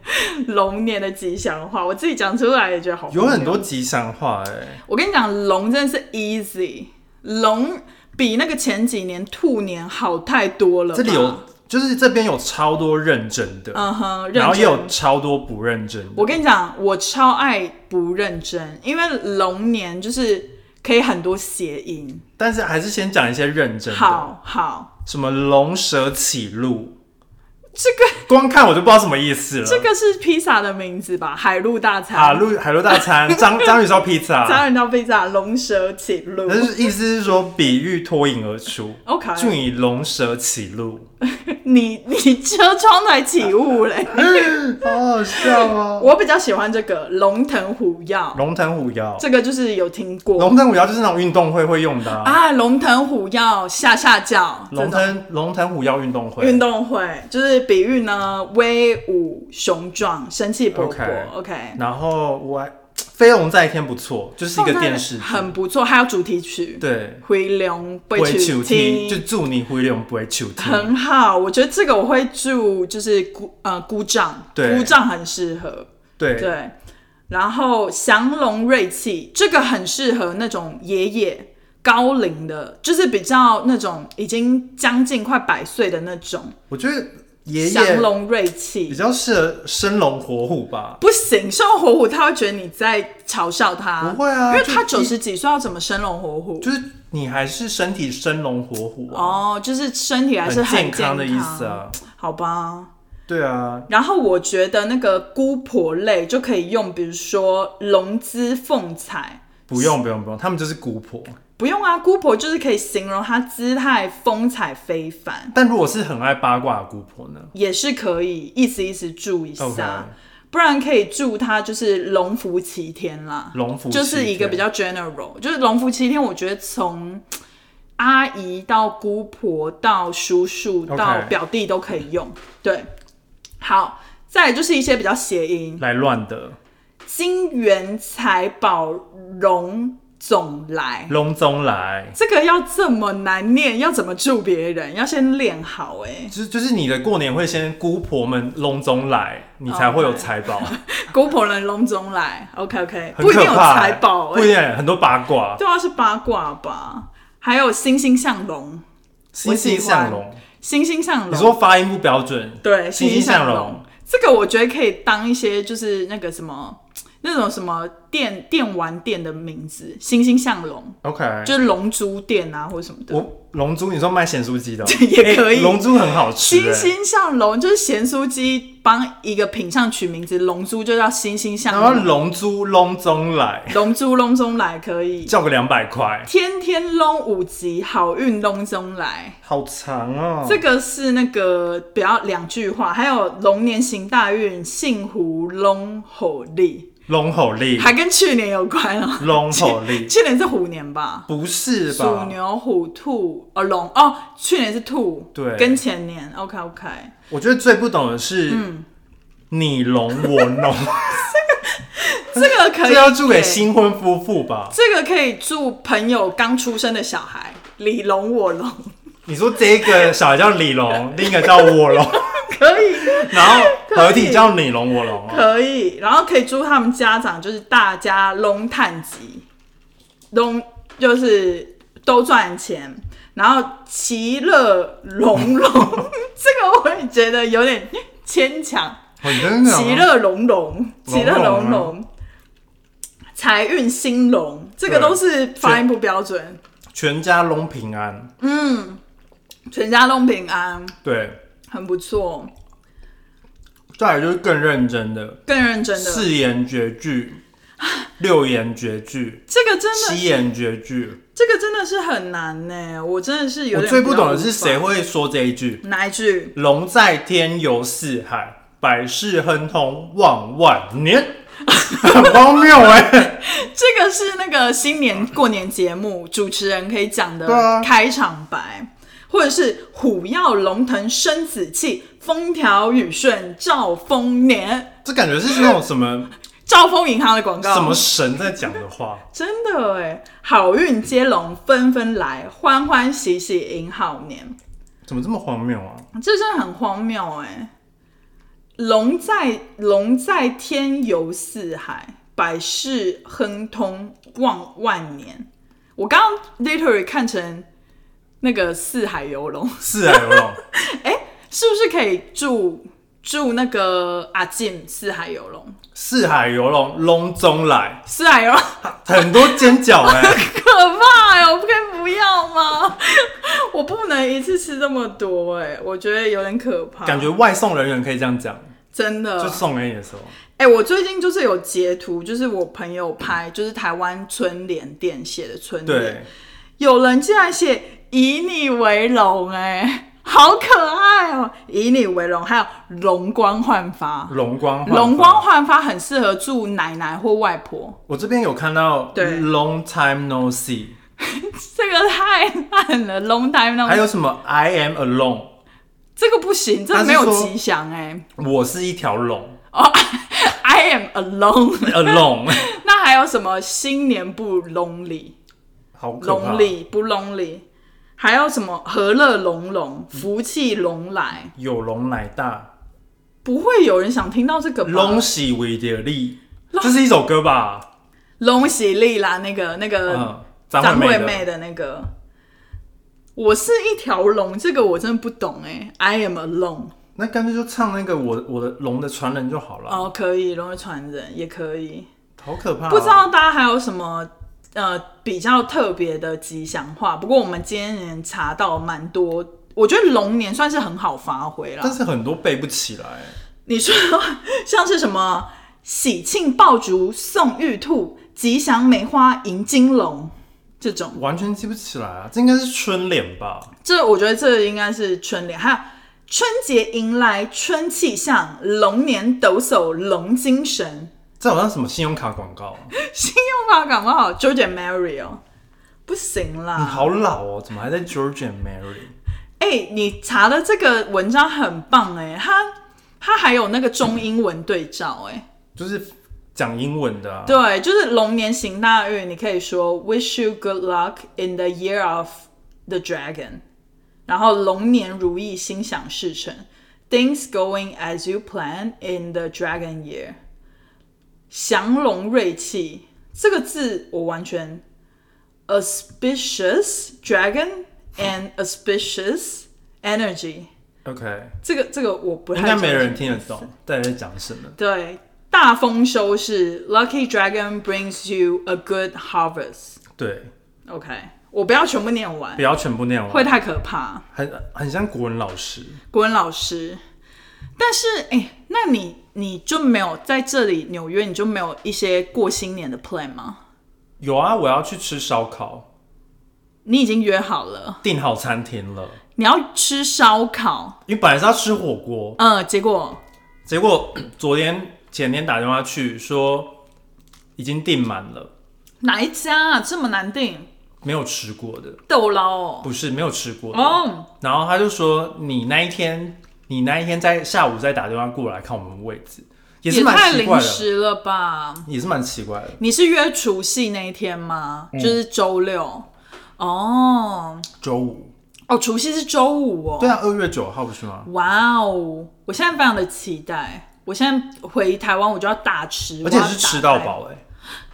Speaker 1: 龙年的吉祥话。我自己讲出来也觉得好荒
Speaker 2: 有
Speaker 1: 谬。
Speaker 2: 很多吉祥话哎、
Speaker 1: 我跟你讲，龙真的是 easy，龙比那个前几年兔年好太多了吧。
Speaker 2: 这里有就是这边有超多认真的，
Speaker 1: 嗯哼，认真
Speaker 2: 然后也有超多不认真的。
Speaker 1: 我跟你讲，我超爱不认真，因为龙年就是可以很多谐音。
Speaker 2: 但是还是先讲一些认真的，
Speaker 1: 好好，
Speaker 2: 什么龙蛇起路，
Speaker 1: 这个
Speaker 2: 光看我就不知道什么意思了。
Speaker 1: 这个是披萨的名字吧？海陆大餐，
Speaker 2: 海陆海陆大 餐，章章鱼烧披萨，
Speaker 1: 三人到披萨，龙蛇起路。
Speaker 2: 但是意思是说比喻脱颖而出。
Speaker 1: OK
Speaker 2: 祝你龙蛇起 路，
Speaker 1: 你你车窗台起雾嘞！
Speaker 2: 好好笑哦。
Speaker 1: 我比较喜欢这个龙腾虎跃，
Speaker 2: 龙腾虎跃，
Speaker 1: 这个就是有听过。
Speaker 2: 龙腾虎跃就是那种运动会会用的啊。
Speaker 1: 啊，龙腾虎跃下下叫，
Speaker 2: 龙
Speaker 1: 这种
Speaker 2: 腾龙腾虎跃运动会，
Speaker 1: 运动会就是比喻呢威武雄壮、生气勃勃。
Speaker 2: OK
Speaker 1: OK，
Speaker 2: 然后我还飞龙在天不错，就是一个电视剧，
Speaker 1: 很不错，还有主题曲，
Speaker 2: 对，
Speaker 1: 回龙
Speaker 2: 不
Speaker 1: 被
Speaker 2: 会
Speaker 1: 去
Speaker 2: 球踢，就
Speaker 1: 听，
Speaker 2: 祝你回龙不会球踢。
Speaker 1: 很好。我觉得这个我会祝，就是鼓呃鼓掌，
Speaker 2: 对
Speaker 1: 鼓掌很适合。
Speaker 2: 对，
Speaker 1: 对，然后降龙瑞气，这个很适合那种爷爷高龄的，就是比较那种已经将近快百岁的那种。
Speaker 2: 我觉得爷
Speaker 1: 降
Speaker 2: 爷
Speaker 1: 龙瑞
Speaker 2: 比
Speaker 1: 气。
Speaker 2: 较适合生龙活虎吧。
Speaker 1: 不行，生龙活虎，他会觉得你在嘲笑他。
Speaker 2: 不会啊
Speaker 1: 因为他
Speaker 2: 就
Speaker 1: 九十几岁，要怎么生龙活虎？
Speaker 2: 就是你还是身体生龙活虎啊，
Speaker 1: 哦，就是身体还是
Speaker 2: 健
Speaker 1: 很
Speaker 2: 康的意思啊。
Speaker 1: 好吧。
Speaker 2: 对啊，
Speaker 1: 然后我觉得那个姑婆类就可以用，比如说龙姿凤彩，
Speaker 2: 不用不用不用，他们就是姑婆。
Speaker 1: 不用啊，姑婆就是可以形容她姿态风采非凡，
Speaker 2: 但如果是很爱八卦的姑婆呢
Speaker 1: 也是可以意思意思祝一下
Speaker 2: OK
Speaker 1: 不然可以祝她就是龙福齐天啦。
Speaker 2: 龙福齐
Speaker 1: 就是一个
Speaker 2: 天
Speaker 1: 比较 general，就是龙福齐天，我觉得从阿姨到姑婆到叔叔
Speaker 2: OK
Speaker 1: 到表弟都可以用。对，好，再来就是一些比较谐音，
Speaker 2: 来乱的，
Speaker 1: 金元财宝荣总来，
Speaker 2: 隆中来，
Speaker 1: 这个要这么难念，要怎么助别人？要先练好哎、
Speaker 2: 就是就是你的过年会先姑婆们隆中来，你才
Speaker 1: 哦
Speaker 2: 会有财 宝，
Speaker 1: 姑婆人隆中来，OK OK，
Speaker 2: 很
Speaker 1: 不一定
Speaker 2: 可
Speaker 1: 有
Speaker 2: 怕欸，
Speaker 1: 财宝
Speaker 2: 不一
Speaker 1: 哎，
Speaker 2: 定很多八卦，
Speaker 1: 对啊是八卦吧？还有欣欣向荣，
Speaker 2: 欣欣向荣。
Speaker 1: 欣欣向
Speaker 2: 你
Speaker 1: 荣，
Speaker 2: 说发音不标准，
Speaker 1: 对，
Speaker 2: 欣欣向荣，，
Speaker 1: 这个我觉得可以当一些就是那个什么。那种什么电电玩店的名字，欣欣向荣，
Speaker 2: OK，
Speaker 1: 就是龙珠店啊，或者什么的。
Speaker 2: 我龙珠，你说卖咸酥鸡的哦
Speaker 1: 也可以
Speaker 2: 欸龙珠很好吃
Speaker 1: 欣
Speaker 2: 欸，
Speaker 1: 欣向荣就是咸酥鸡帮一个品相取名字，龙珠就叫欣欣
Speaker 2: 然后
Speaker 1: 向荣，
Speaker 2: 龙珠隆中来，
Speaker 1: 龙珠隆中来可以，
Speaker 2: 叫个两百块，
Speaker 1: 天天隆五级，好运隆中来。
Speaker 2: 好长哦。
Speaker 1: 这个是那个比较两句话，还有龙年行大运，幸福龙吼力，
Speaker 2: 龙吼力，
Speaker 1: 还跟去年有关哦。
Speaker 2: 嗯龙吼力，
Speaker 1: 去年是虎年吧？
Speaker 2: 不是
Speaker 1: 鼠
Speaker 2: 吧？
Speaker 1: 牛虎兔哦龙哦，去年是兔，
Speaker 2: 对
Speaker 1: 跟前年 OK OK，
Speaker 2: 我觉得最不懂的
Speaker 1: 嗯
Speaker 2: 是你龙我龙，
Speaker 1: 这个可以
Speaker 2: 这要祝给
Speaker 1: 给
Speaker 2: 新婚夫妇吧？
Speaker 1: 这个可以祝朋友刚出生的小孩你龙我龙，
Speaker 2: 你说这个小孩叫李 龙，另一个叫我龙，
Speaker 1: 可以
Speaker 2: 然后合体叫你龙我龙哦，
Speaker 1: 可以，然后可以祝他们家长就是大家龙探吉，龙就是都赚钱，然后其乐融融， 这个我也觉得有点牵强，
Speaker 2: 哦你真的
Speaker 1: 其乐融融，其乐融
Speaker 2: 融融啊
Speaker 1: 融，财运兴隆，这个
Speaker 2: 对
Speaker 1: 都是发音不标准，
Speaker 2: 全家龙平安，
Speaker 1: 全家都平安，
Speaker 2: 对。
Speaker 1: 很不错，
Speaker 2: 再来就是更认真的，
Speaker 1: 更认真的。
Speaker 2: 四言绝 句、六言绝句、
Speaker 1: 这个真的，
Speaker 2: 七言绝句。
Speaker 1: 这个真的是很难呢。我真的是有
Speaker 2: 我
Speaker 1: 点
Speaker 2: 最不
Speaker 1: 比较
Speaker 2: 懂的
Speaker 1: 无
Speaker 2: 是
Speaker 1: 法
Speaker 2: 谁会说这一句
Speaker 1: 哪一句
Speaker 2: “龙在天游四海，百世亨通望万年”， 很荒谬哎、
Speaker 1: 这个是那个新年过年节目主持人可以讲的
Speaker 2: 对啊
Speaker 1: 开场白，或者是虎跃龙腾生紫气，风调雨顺兆丰年。
Speaker 2: 这感觉是那种什么
Speaker 1: 兆丰银行的广告，
Speaker 2: 什么神在讲的话。
Speaker 1: 真的哎，好运接龙纷纷来，欢欢喜喜迎好年。
Speaker 2: 怎么这么荒谬啊？
Speaker 1: 这真的很荒谬哎、龙在龙在天游四海，百世亨通望万年。我刚刚 literally 看成那个四海游龙，
Speaker 2: 四海游龙，
Speaker 1: 是不是可以祝祝那个阿进四海游龙？
Speaker 2: 四海游龙，龙中来，
Speaker 1: 四海游龙
Speaker 2: 很多尖角哎、
Speaker 1: 可怕哎、我不可以不要吗？ 我不能一次吃这么多哎、我觉得有点可怕，
Speaker 2: 感觉外送人员可以这样讲，
Speaker 1: 真的
Speaker 2: 就送给你的时候。
Speaker 1: 哎、我最近就是有截图，就是我朋友拍，就是台湾春联店写的春
Speaker 2: 对
Speaker 1: 联，，有人竟然写“以你为荣”，哎，好可爱哦、以你为荣”，还有“容光焕发
Speaker 2: 龙光”，“焕发
Speaker 1: 容光焕发”很适合住奶奶或外婆，
Speaker 2: 我这边有看到
Speaker 1: 对
Speaker 2: long time no see，
Speaker 1: 这个太烂了，long time no，
Speaker 2: 还有什么 I am alone，
Speaker 1: 这个不行，这
Speaker 2: 他
Speaker 1: 个
Speaker 2: 是
Speaker 1: 没有
Speaker 2: 说
Speaker 1: 吉祥哎、
Speaker 2: 我是一条龙
Speaker 1: i am alone。
Speaker 2: alone，
Speaker 1: 那还有什么新年不 lonely？
Speaker 2: 好可怕。
Speaker 1: lonely 不 lonely，还有什么和乐融融、
Speaker 2: 嗯
Speaker 1: 福气隆来，
Speaker 2: 有龙乃大，
Speaker 1: 不会有人想听到这个吧？
Speaker 2: 龙喜为的利，这是一首歌吧？
Speaker 1: 龙喜利啦，那个那个
Speaker 2: 嗯，张惠
Speaker 1: 呃惠
Speaker 2: 妹
Speaker 1: 妹
Speaker 2: 的。
Speaker 1: 的那个，我是一条龙，这个我真的不懂哎、I am alone，
Speaker 2: 那干脆就唱那个我我的龙的传人就好了，
Speaker 1: 哦，可以，龙的传人也可以，
Speaker 2: 好可怕哦。
Speaker 1: 不知道大家还有什么。呃，比较特别的吉祥话，不过我们今天查到蛮多，我觉得龙年算是很好发挥啦。
Speaker 2: 但是很多背不起来，
Speaker 1: 你说像是什么喜庆爆竹送玉兔，吉祥梅花迎金龙这种，
Speaker 2: 完全记不起来啊。这应该是春联吧？
Speaker 1: 这我觉得这应该是春联。还有春节迎来春气象，龙年抖擞龙精神。
Speaker 2: 这好像什么信用卡广告啊，
Speaker 1: 信用卡感不好，George and Mary 哦，不行啦。
Speaker 2: 你好老哦，怎么还在 George and Mary？
Speaker 1: 哎、你查的这个文章很棒哎、它它还有那个中英文对照哎、
Speaker 2: 就是讲英文的、啊，
Speaker 1: 对，就是龙年行大运，你可以说 Wish you good luck in the year of the dragon，然后龙年如意，心想事成，Things going as you plan in the dragon year，降龙瑞气这个字我完全 auspicious dragon and auspicious energy，
Speaker 2: OK，
Speaker 1: 这个这个我不太
Speaker 2: 应该
Speaker 1: 了
Speaker 2: 没
Speaker 1: 解
Speaker 2: 人听得懂在在讲什么。
Speaker 1: 对，大丰收是 Lucky Dragon brings you a good harvest。
Speaker 2: 对，
Speaker 1: OK，我不要全部念完
Speaker 2: 不，要全部那样
Speaker 1: 会
Speaker 2: 玩，
Speaker 1: 太可怕。
Speaker 2: 很很像国文老师。
Speaker 1: 国文老师，但是哎、那你你就没有在这里纽约，你就没有一些过新年的 plan 吗？
Speaker 2: 有啊，我要去吃烧烤，
Speaker 1: 你已经约好了，
Speaker 2: 订好餐厅了，
Speaker 1: 你要吃烧烤，
Speaker 2: 因为本来是要吃火锅，
Speaker 1: 呃，结果
Speaker 2: 结果昨天前天打电话去说已经订满了，
Speaker 1: 哪一家、啊、这么难订？
Speaker 2: 没有吃过的，
Speaker 1: 豆捞哦，
Speaker 2: 不是没有吃过的。
Speaker 1: 哦，
Speaker 2: 然后他就说你那一天，你那一天在下午再打电话过来看我们位置，也
Speaker 1: 哦
Speaker 2: 是
Speaker 1: 也
Speaker 2: 蛮
Speaker 1: 太
Speaker 2: 奇
Speaker 1: 临
Speaker 2: 怪的，
Speaker 1: 时了吧？
Speaker 2: 也是蛮奇怪的。
Speaker 1: 你是约除夕那一天吗？
Speaker 2: 嗯
Speaker 1: 就是周六。哦，
Speaker 2: 周五，
Speaker 1: 哦，除夕是周五哦。
Speaker 2: 对啊，二月九号不是吗？
Speaker 1: 哇哦！我现在非常的期待，我现在回台湾我就要大吃，
Speaker 2: 而且
Speaker 1: 我要
Speaker 2: 是
Speaker 1: 打
Speaker 2: 吃到
Speaker 1: 开。
Speaker 2: 饱哎、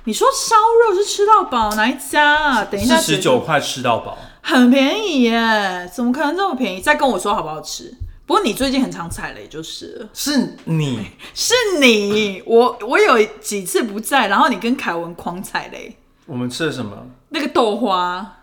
Speaker 1: 你说烧肉是吃到饱哪一家、啊？等一下
Speaker 2: 是十九，块吃到饱。
Speaker 1: 很便宜耶，怎么可能这么便宜？再跟我说好不好吃？不过你最近很常踩雷就是了，
Speaker 2: 是你，
Speaker 1: 是你我我有几次不在，然后你跟凯文狂踩雷，
Speaker 2: 我们吃了什么？
Speaker 1: 那个豆花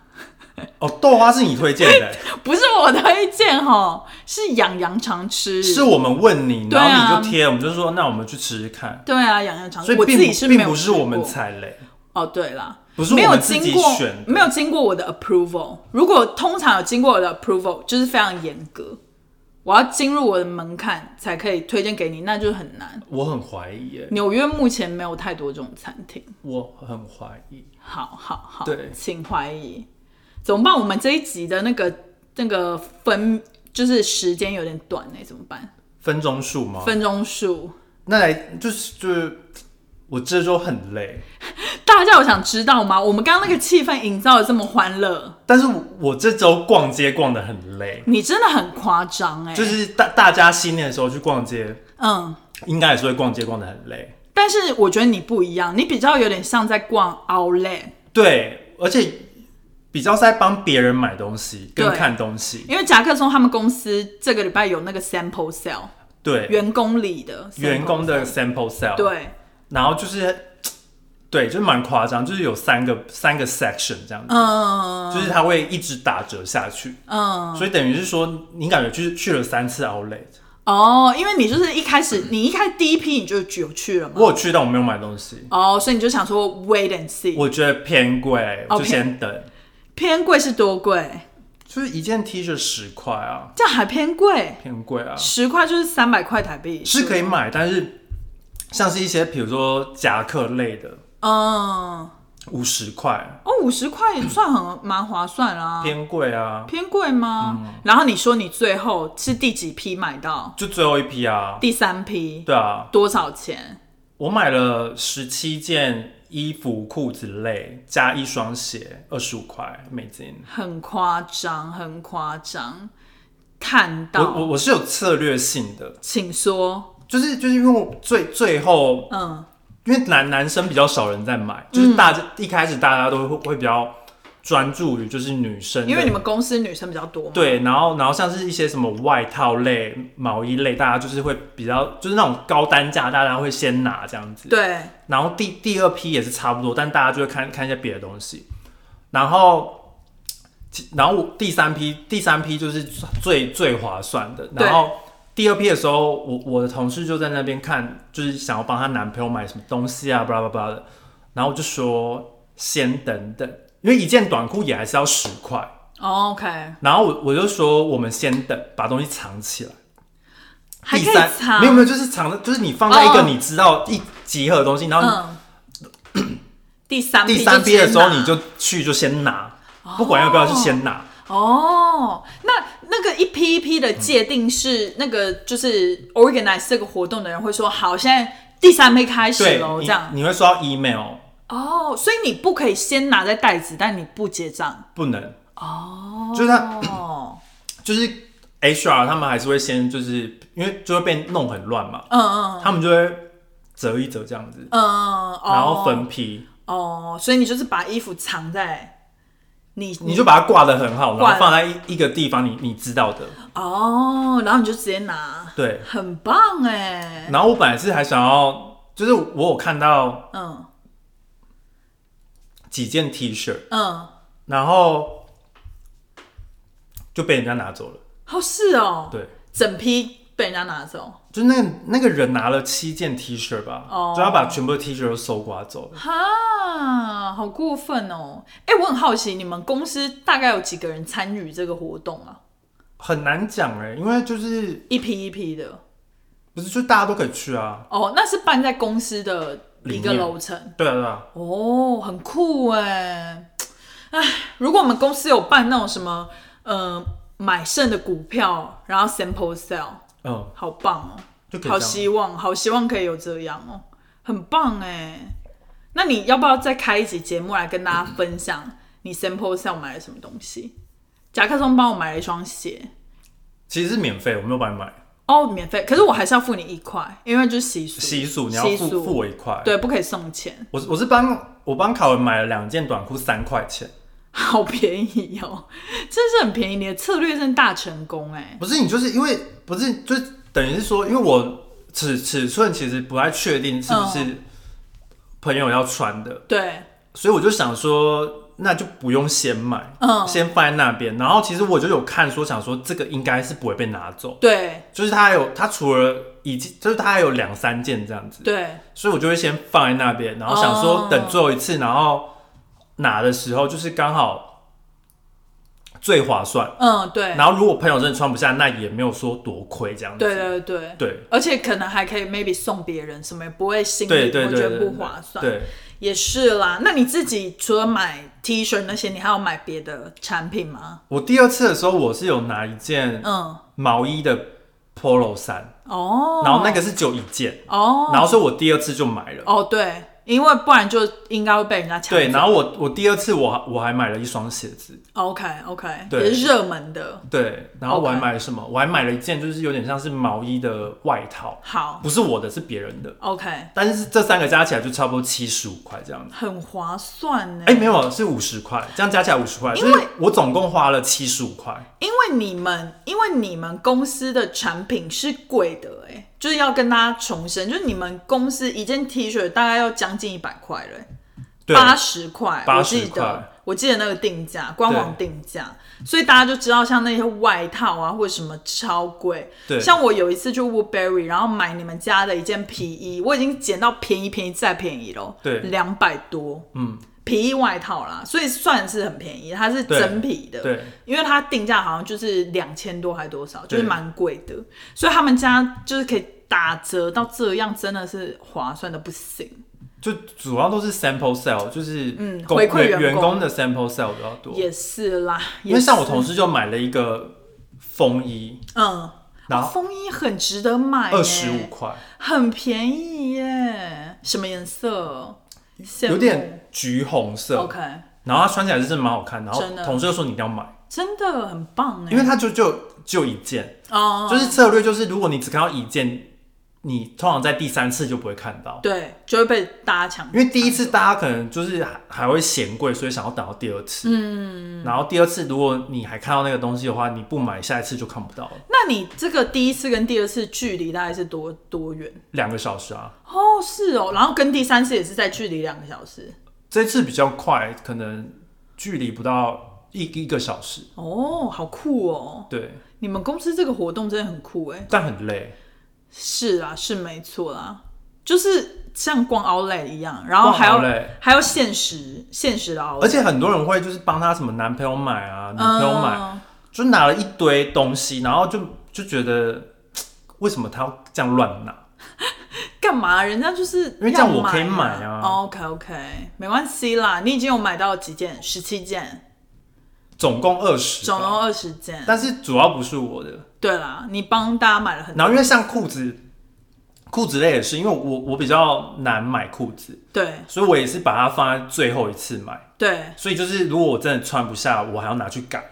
Speaker 2: 哦，豆花是你推荐 的欸、
Speaker 1: 不是我推荐哈，是养羊常吃，
Speaker 2: 是我们问你，
Speaker 1: 对啊
Speaker 2: 然后你就贴，我们就说那我们去吃吃看。
Speaker 1: 对啊，养羊常吃，
Speaker 2: 所以
Speaker 1: 我自
Speaker 2: 并
Speaker 1: 己
Speaker 2: 不
Speaker 1: 是没
Speaker 2: 并
Speaker 1: 有
Speaker 2: 不是
Speaker 1: 吃
Speaker 2: 我们
Speaker 1: 过
Speaker 2: 踩雷，
Speaker 1: 哦，对啦，
Speaker 2: 不是我
Speaker 1: 没有
Speaker 2: 们自己
Speaker 1: 经过
Speaker 2: 选的
Speaker 1: 没有经过我的 approval。如果通常有经过我的 approval，就是非常严格，我要进入我的门槛才可以推荐给你，那就很难。
Speaker 2: 我很怀疑耶，
Speaker 1: 纽约目前没有太多这种餐厅。
Speaker 2: 我很怀疑。
Speaker 1: 好好好，
Speaker 2: 对
Speaker 1: 请怀疑。怎么办？我们这一集的那个那个分就是时间有点短呢、怎么办？
Speaker 2: 分钟数吗？
Speaker 1: 分钟数，
Speaker 2: 那来就是就是，我这周很累，
Speaker 1: 大家有想知道吗？我们刚刚那个气氛营造的这么欢乐，
Speaker 2: 但是我我这周逛街逛的很累，
Speaker 1: 你真的很夸张哎，
Speaker 2: 就是大大家新年的时候去逛街，
Speaker 1: 嗯。
Speaker 2: 应该也是会逛街逛的很累。
Speaker 1: 但是我觉得你不一样，你比较有点像在逛 Outlet，
Speaker 2: 对，而且比较是在帮别人买东西跟
Speaker 1: 对
Speaker 2: 看东西。
Speaker 1: 因为夹克松他们公司这个礼拜有那个 sample sale，
Speaker 2: 对，
Speaker 1: 员工里的 sample
Speaker 2: 员工的
Speaker 1: sale
Speaker 2: sample sale，，
Speaker 1: 对，
Speaker 2: 然后就是，对，就是蛮夸张，就是有三个三个 section 这样子，
Speaker 1: 嗯
Speaker 2: 就是它会一直打折下去，
Speaker 1: 嗯，
Speaker 2: 所以等于是说，你感觉就是去了三次 outlet，
Speaker 1: 哦，因为你就是一开始你一开始第一批你就有去了嘛，
Speaker 2: 我有去，但我没有买东西，
Speaker 1: 哦，所以你就想说 wait and see，
Speaker 2: 我觉得偏贵，
Speaker 1: 哦
Speaker 2: 就先等，
Speaker 1: 偏贵是多贵？
Speaker 2: 就是一件 T 恤十块啊，
Speaker 1: 这样还偏贵，
Speaker 2: 偏贵啊，
Speaker 1: 十块就是三百块台币，
Speaker 2: 是可以买，但是像是一些比如说夹克类的，
Speaker 1: 嗯，
Speaker 2: 五十块
Speaker 1: 哦，五十块算很蛮划算啦、
Speaker 2: 偏嗯贵啊，
Speaker 1: 偏贵吗？然后你说你最后是第几批买到？
Speaker 2: 就最后一批啊，
Speaker 1: 第三批
Speaker 2: 对啊，
Speaker 1: 多少钱？
Speaker 2: 我买了十七件衣服、裤子类，加一双鞋，二十五块美金。
Speaker 1: 很夸张，很夸张。看
Speaker 2: 我我
Speaker 1: 到，
Speaker 2: 我是有策略性的，
Speaker 1: 请说。
Speaker 2: 就是就是因为我最最后，
Speaker 1: 嗯，
Speaker 2: 因为男男生比较少人在买，就是大家、一开始大家都会会比较专注于就是女生的，
Speaker 1: 因为你们公司女生比较多嘛。，
Speaker 2: 对，然后然后像是一些什么外套类、毛衣类，大家就是会比较就是那种高单价，大家会先拿这样子。
Speaker 1: 对，
Speaker 2: 然后第第二批也是差不多，但大家就会看看一些别的东西。然后，其然后我第三批第三批就是最最划算的。
Speaker 1: 对
Speaker 2: 然后第二批的时候，我我的同事就在那边看，就是想要帮她男朋友买什么东西啊，巴拉巴拉的。然后我就说先等等，因为一件短裤也还是要十块。
Speaker 1: 哦 OK，
Speaker 2: 然后我我就说我们先等，把东西藏起来。
Speaker 1: 还可
Speaker 2: 第
Speaker 1: 以
Speaker 2: 三
Speaker 1: 藏。
Speaker 2: 没有没有，就是藏的，就是你放在一个
Speaker 1: 哦
Speaker 2: 你知道一集合的东西，然后你
Speaker 1: 嗯。第三批
Speaker 2: 第三批的时候你
Speaker 1: 就直
Speaker 2: 就去就先拿，不管要不要就先拿。
Speaker 1: 接拿哦，那那个一批一批的界定是、那个就是 organize 这个活动的人会说，好，现在第三杯开始
Speaker 2: 对，嗯
Speaker 1: 喽，
Speaker 2: 你
Speaker 1: 这样
Speaker 2: 你会收到 email，
Speaker 1: 哦，所以你不可以先拿在袋子，但你不结账
Speaker 2: 不能，
Speaker 1: 哦，
Speaker 2: 就是他
Speaker 1: 哦，
Speaker 2: 就是 HR 他们还是会先就是因为就会被弄很乱嘛，
Speaker 1: 嗯嗯
Speaker 2: 他们就会折一折这样子，
Speaker 1: 嗯，哦
Speaker 2: 然后分批，
Speaker 1: 哦，所以你就是把衣服藏在你
Speaker 2: 你就把它挂得很好，然
Speaker 1: 挂
Speaker 2: 后放在一一个地方你你知道的，
Speaker 1: 哦，然后你就直接拿，
Speaker 2: 对。
Speaker 1: 很棒哎，
Speaker 2: 然后我本来是还想要，就是我有看到
Speaker 1: 嗯
Speaker 2: 几件 T 恤，
Speaker 1: 嗯，
Speaker 2: 然后就被人家拿走了。
Speaker 1: 哦是哦，
Speaker 2: 对，
Speaker 1: 整批被人家拿走，
Speaker 2: 就那个那个人拿了七件 T 恤吧，
Speaker 1: 哦
Speaker 2: 就他把全部的 T 恤都搜刮走了。
Speaker 1: 哈，好过分哦！哎、我很好奇，你们公司大概有几个人参与这个活动啊？
Speaker 2: 很难讲哎、因为就是
Speaker 1: 一批一批的
Speaker 2: 不是就大家都可以去啊？
Speaker 1: 哦，那是办在公司的一个
Speaker 2: 里面
Speaker 1: 楼层
Speaker 2: 对啊对啊，
Speaker 1: 哦，很酷哎！哎，如果我们公司有办那种什么，呃，买剩的股票，然后 sample sell，
Speaker 2: 嗯，
Speaker 1: 好棒哦！
Speaker 2: 就可以
Speaker 1: 好
Speaker 2: 这
Speaker 1: 希
Speaker 2: 样。
Speaker 1: 望，好希望可以有这样哦，很棒哎。那你要不要再开一集节目来跟大家分享你 sample sale 买了什么东西？夹克松帮我买了一双鞋
Speaker 2: 其实是免费，我没有帮你买。
Speaker 1: 哦，免费，可是我还是要付你一块，因为就是习俗，
Speaker 2: 习俗你要
Speaker 1: 习
Speaker 2: 付
Speaker 1: 俗
Speaker 2: 付我一块。，
Speaker 1: 对，不可以送钱，
Speaker 2: 我是我是帮我帮凯文买了两件短裤，三块钱。
Speaker 1: 好便宜哦，真是很便宜，你的策略真的大成功哎。
Speaker 2: 不是你就是因为不是就是等于是说，因为我尺尺寸其实不太确定是不是
Speaker 1: 嗯
Speaker 2: 朋友要穿的，
Speaker 1: 对，
Speaker 2: 所以我就想说，那就不用先买，
Speaker 1: 嗯
Speaker 2: 先放在那边。然后其实我就有看说，想说这个应该是不会被拿走，
Speaker 1: 对，
Speaker 2: 就是它还有它除了已经就是它还有两三件这样子，
Speaker 1: 对，
Speaker 2: 所以我就会先放在那边，然后想
Speaker 1: 哦
Speaker 2: 说等最后一次，然后拿的时候就是刚好最划算。
Speaker 1: 嗯，对，
Speaker 2: 然后如果朋友真的穿不下，那也没有说多亏这样子。
Speaker 1: 对对对。
Speaker 2: 对
Speaker 1: 而且可能还可以 maybe 送别人什么，也不会心
Speaker 2: 对
Speaker 1: 里
Speaker 2: 对
Speaker 1: 我觉
Speaker 2: 对
Speaker 1: 得
Speaker 2: 对，
Speaker 1: 不划算。
Speaker 2: 对，
Speaker 1: 也是啦，那你自己除了买 T 恤那些，你还有买别的产品吗？
Speaker 2: 我第二次的时候，我是有拿一件
Speaker 1: 嗯，
Speaker 2: 毛衣的 polo 衫，
Speaker 1: 哦，
Speaker 2: 然后那个是只有一件，
Speaker 1: 哦，
Speaker 2: 然后所以我第二次就买了。
Speaker 1: 哦，对，因为不然就应该会被人家抢走。
Speaker 2: 对，然后我我第二次我还我还买了一双鞋子，
Speaker 1: OK OK，
Speaker 2: 对
Speaker 1: 也是热门的。
Speaker 2: 对，然后我
Speaker 1: OK
Speaker 2: 还买了什么？我还买了一件就是有点像是毛衣的外套，
Speaker 1: 好
Speaker 2: 不是我的，是别人的，
Speaker 1: ，OK，
Speaker 2: 但是这三个加起来就差不多七十五块这样子。
Speaker 1: 很划算呢。
Speaker 2: 哎、没有，是五十块，这样加起来五十块，就是我总共花了七十五块。
Speaker 1: 因为你们，因为你们公司的产品是贵的、哎，就是要跟大家重申，就是你们公司一件 T 恤大概要将近一百块了、哎
Speaker 2: 对，
Speaker 1: 八十块，我
Speaker 2: 80
Speaker 1: 记
Speaker 2: 块
Speaker 1: 得，我记得那个定价，官网定价，所以大家就知道，像那些外套啊或者什么超贵。
Speaker 2: 对
Speaker 1: 像我有一次去 Woodbury，然后买你们家的一件皮衣，我已经捡到便宜便宜再便宜咯，
Speaker 2: 对
Speaker 1: 两百多，
Speaker 2: 嗯，
Speaker 1: 皮衣外套啦，所以算是很便宜，它是
Speaker 2: 对
Speaker 1: 真皮的，
Speaker 2: 对，
Speaker 1: 因为它定价好像就是两千多还多少，就是
Speaker 2: 对
Speaker 1: 蛮贵的，所以他们家就是可以打折到这样，真的是划算的不行。
Speaker 2: 就主要都是 sample sale，就是
Speaker 1: 嗯
Speaker 2: 工
Speaker 1: 回馈员
Speaker 2: 员员
Speaker 1: 工
Speaker 2: 的 sample sale 比较多。
Speaker 1: 也是啦，
Speaker 2: 哦因为像我
Speaker 1: 同。
Speaker 2: 同事就买了一个风衣，
Speaker 1: 嗯，
Speaker 2: 然
Speaker 1: 哦
Speaker 2: 后
Speaker 1: 风衣很值得买，
Speaker 2: 二十五，块，
Speaker 1: 很便宜耶。什么颜色？羡慕
Speaker 2: 有点呃橘红色。
Speaker 1: OK，
Speaker 2: 然后他穿起来就是蛮好看，然后
Speaker 1: 真的
Speaker 2: 同事就说你一定要买，
Speaker 1: 真的很棒哎。
Speaker 2: 因为他就就就一件，
Speaker 1: 哦，
Speaker 2: 就是策略就是如果你只看到一件，你通常在第三次就不会看到，
Speaker 1: 对，就会被大家抢，
Speaker 2: 因为第一次大家可能就是还还会嫌贵，所以想要等到第二次。嗯，然后第二次如果你还看到那个东西的话，你不买下一次就看不到了，
Speaker 1: 那你这个第一次跟第二次距离大概是多多远？
Speaker 2: 两个小时啊。
Speaker 1: 哦，是哦，然后跟第三次也是在距离两个小时。
Speaker 2: 这次比较快，可能距离不到一一个小时，
Speaker 1: 哦，好酷哦！
Speaker 2: 对，
Speaker 1: 你们公司这个活动真的很酷哎。
Speaker 2: 但很累。
Speaker 1: 是啊，是没错啦，就是像逛 Outlet 一样，然后还要
Speaker 2: 逛 Outlet
Speaker 1: 还要限时限时的 Outlet，
Speaker 2: 而且很多人会就是帮她什么男朋友买啊，女朋友买，
Speaker 1: 嗯
Speaker 2: 就拿了一堆东西，然后就就觉得为什么她要这样乱拿？
Speaker 1: 干嘛？人家就是因
Speaker 2: 因为这样我可以买啊
Speaker 1: OK OK，没关系啦，你已经有买到几件？十七件，
Speaker 2: 总共二十，
Speaker 1: 总共二十件。
Speaker 2: 但是主要不是我的。
Speaker 1: 对啦，你帮大家买了很多。
Speaker 2: 然后因为像裤子，裤子类也是，因为我我比较难买裤子，
Speaker 1: 对
Speaker 2: 所以我也是把它放在最后一次买。
Speaker 1: 对
Speaker 2: 所以就是如果我真的穿不下，我还要拿去改，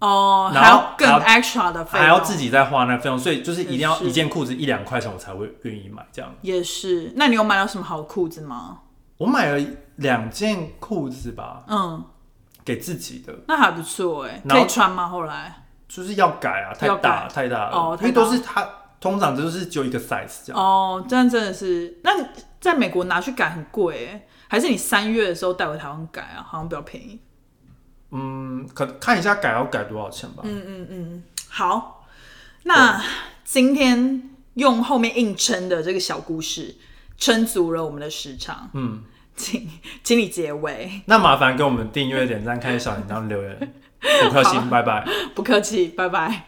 Speaker 1: 哦，
Speaker 2: 然
Speaker 1: 还
Speaker 2: 后
Speaker 1: 要更
Speaker 2: 还
Speaker 1: extra 的费用，
Speaker 2: 还要自己再花那费用，所以就是一定要
Speaker 1: 也是
Speaker 2: 一件裤子一两块钱我才会愿意买这样。
Speaker 1: 也是。那你有买到什么好裤子吗？
Speaker 2: 我买了两件裤子吧，
Speaker 1: 嗯，
Speaker 2: 给自己的，
Speaker 1: 那还不错哎、
Speaker 2: 然
Speaker 1: 可
Speaker 2: 后
Speaker 1: 以穿吗？后来
Speaker 2: 就是要改啊，太
Speaker 1: 要改
Speaker 2: 大太大了，
Speaker 1: 哦
Speaker 2: 因为
Speaker 1: 太大
Speaker 2: 都是它通常就是只有一个 size 这样。
Speaker 1: 哦，这样真的是，那你在美国拿去改很贵哎、还是你三月的时候带回台湾改啊？好像比较便宜。
Speaker 2: 嗯，可看一下改要改多少钱吧。
Speaker 1: 嗯好，那今天用后面硬撑的这个小故事，撑足了我们的时长。
Speaker 2: 嗯，
Speaker 1: 请请你结尾，
Speaker 2: 那麻 烦给我们订阅、点赞、开小铃铛、留言，不客气，拜拜。
Speaker 1: 不客气，拜拜。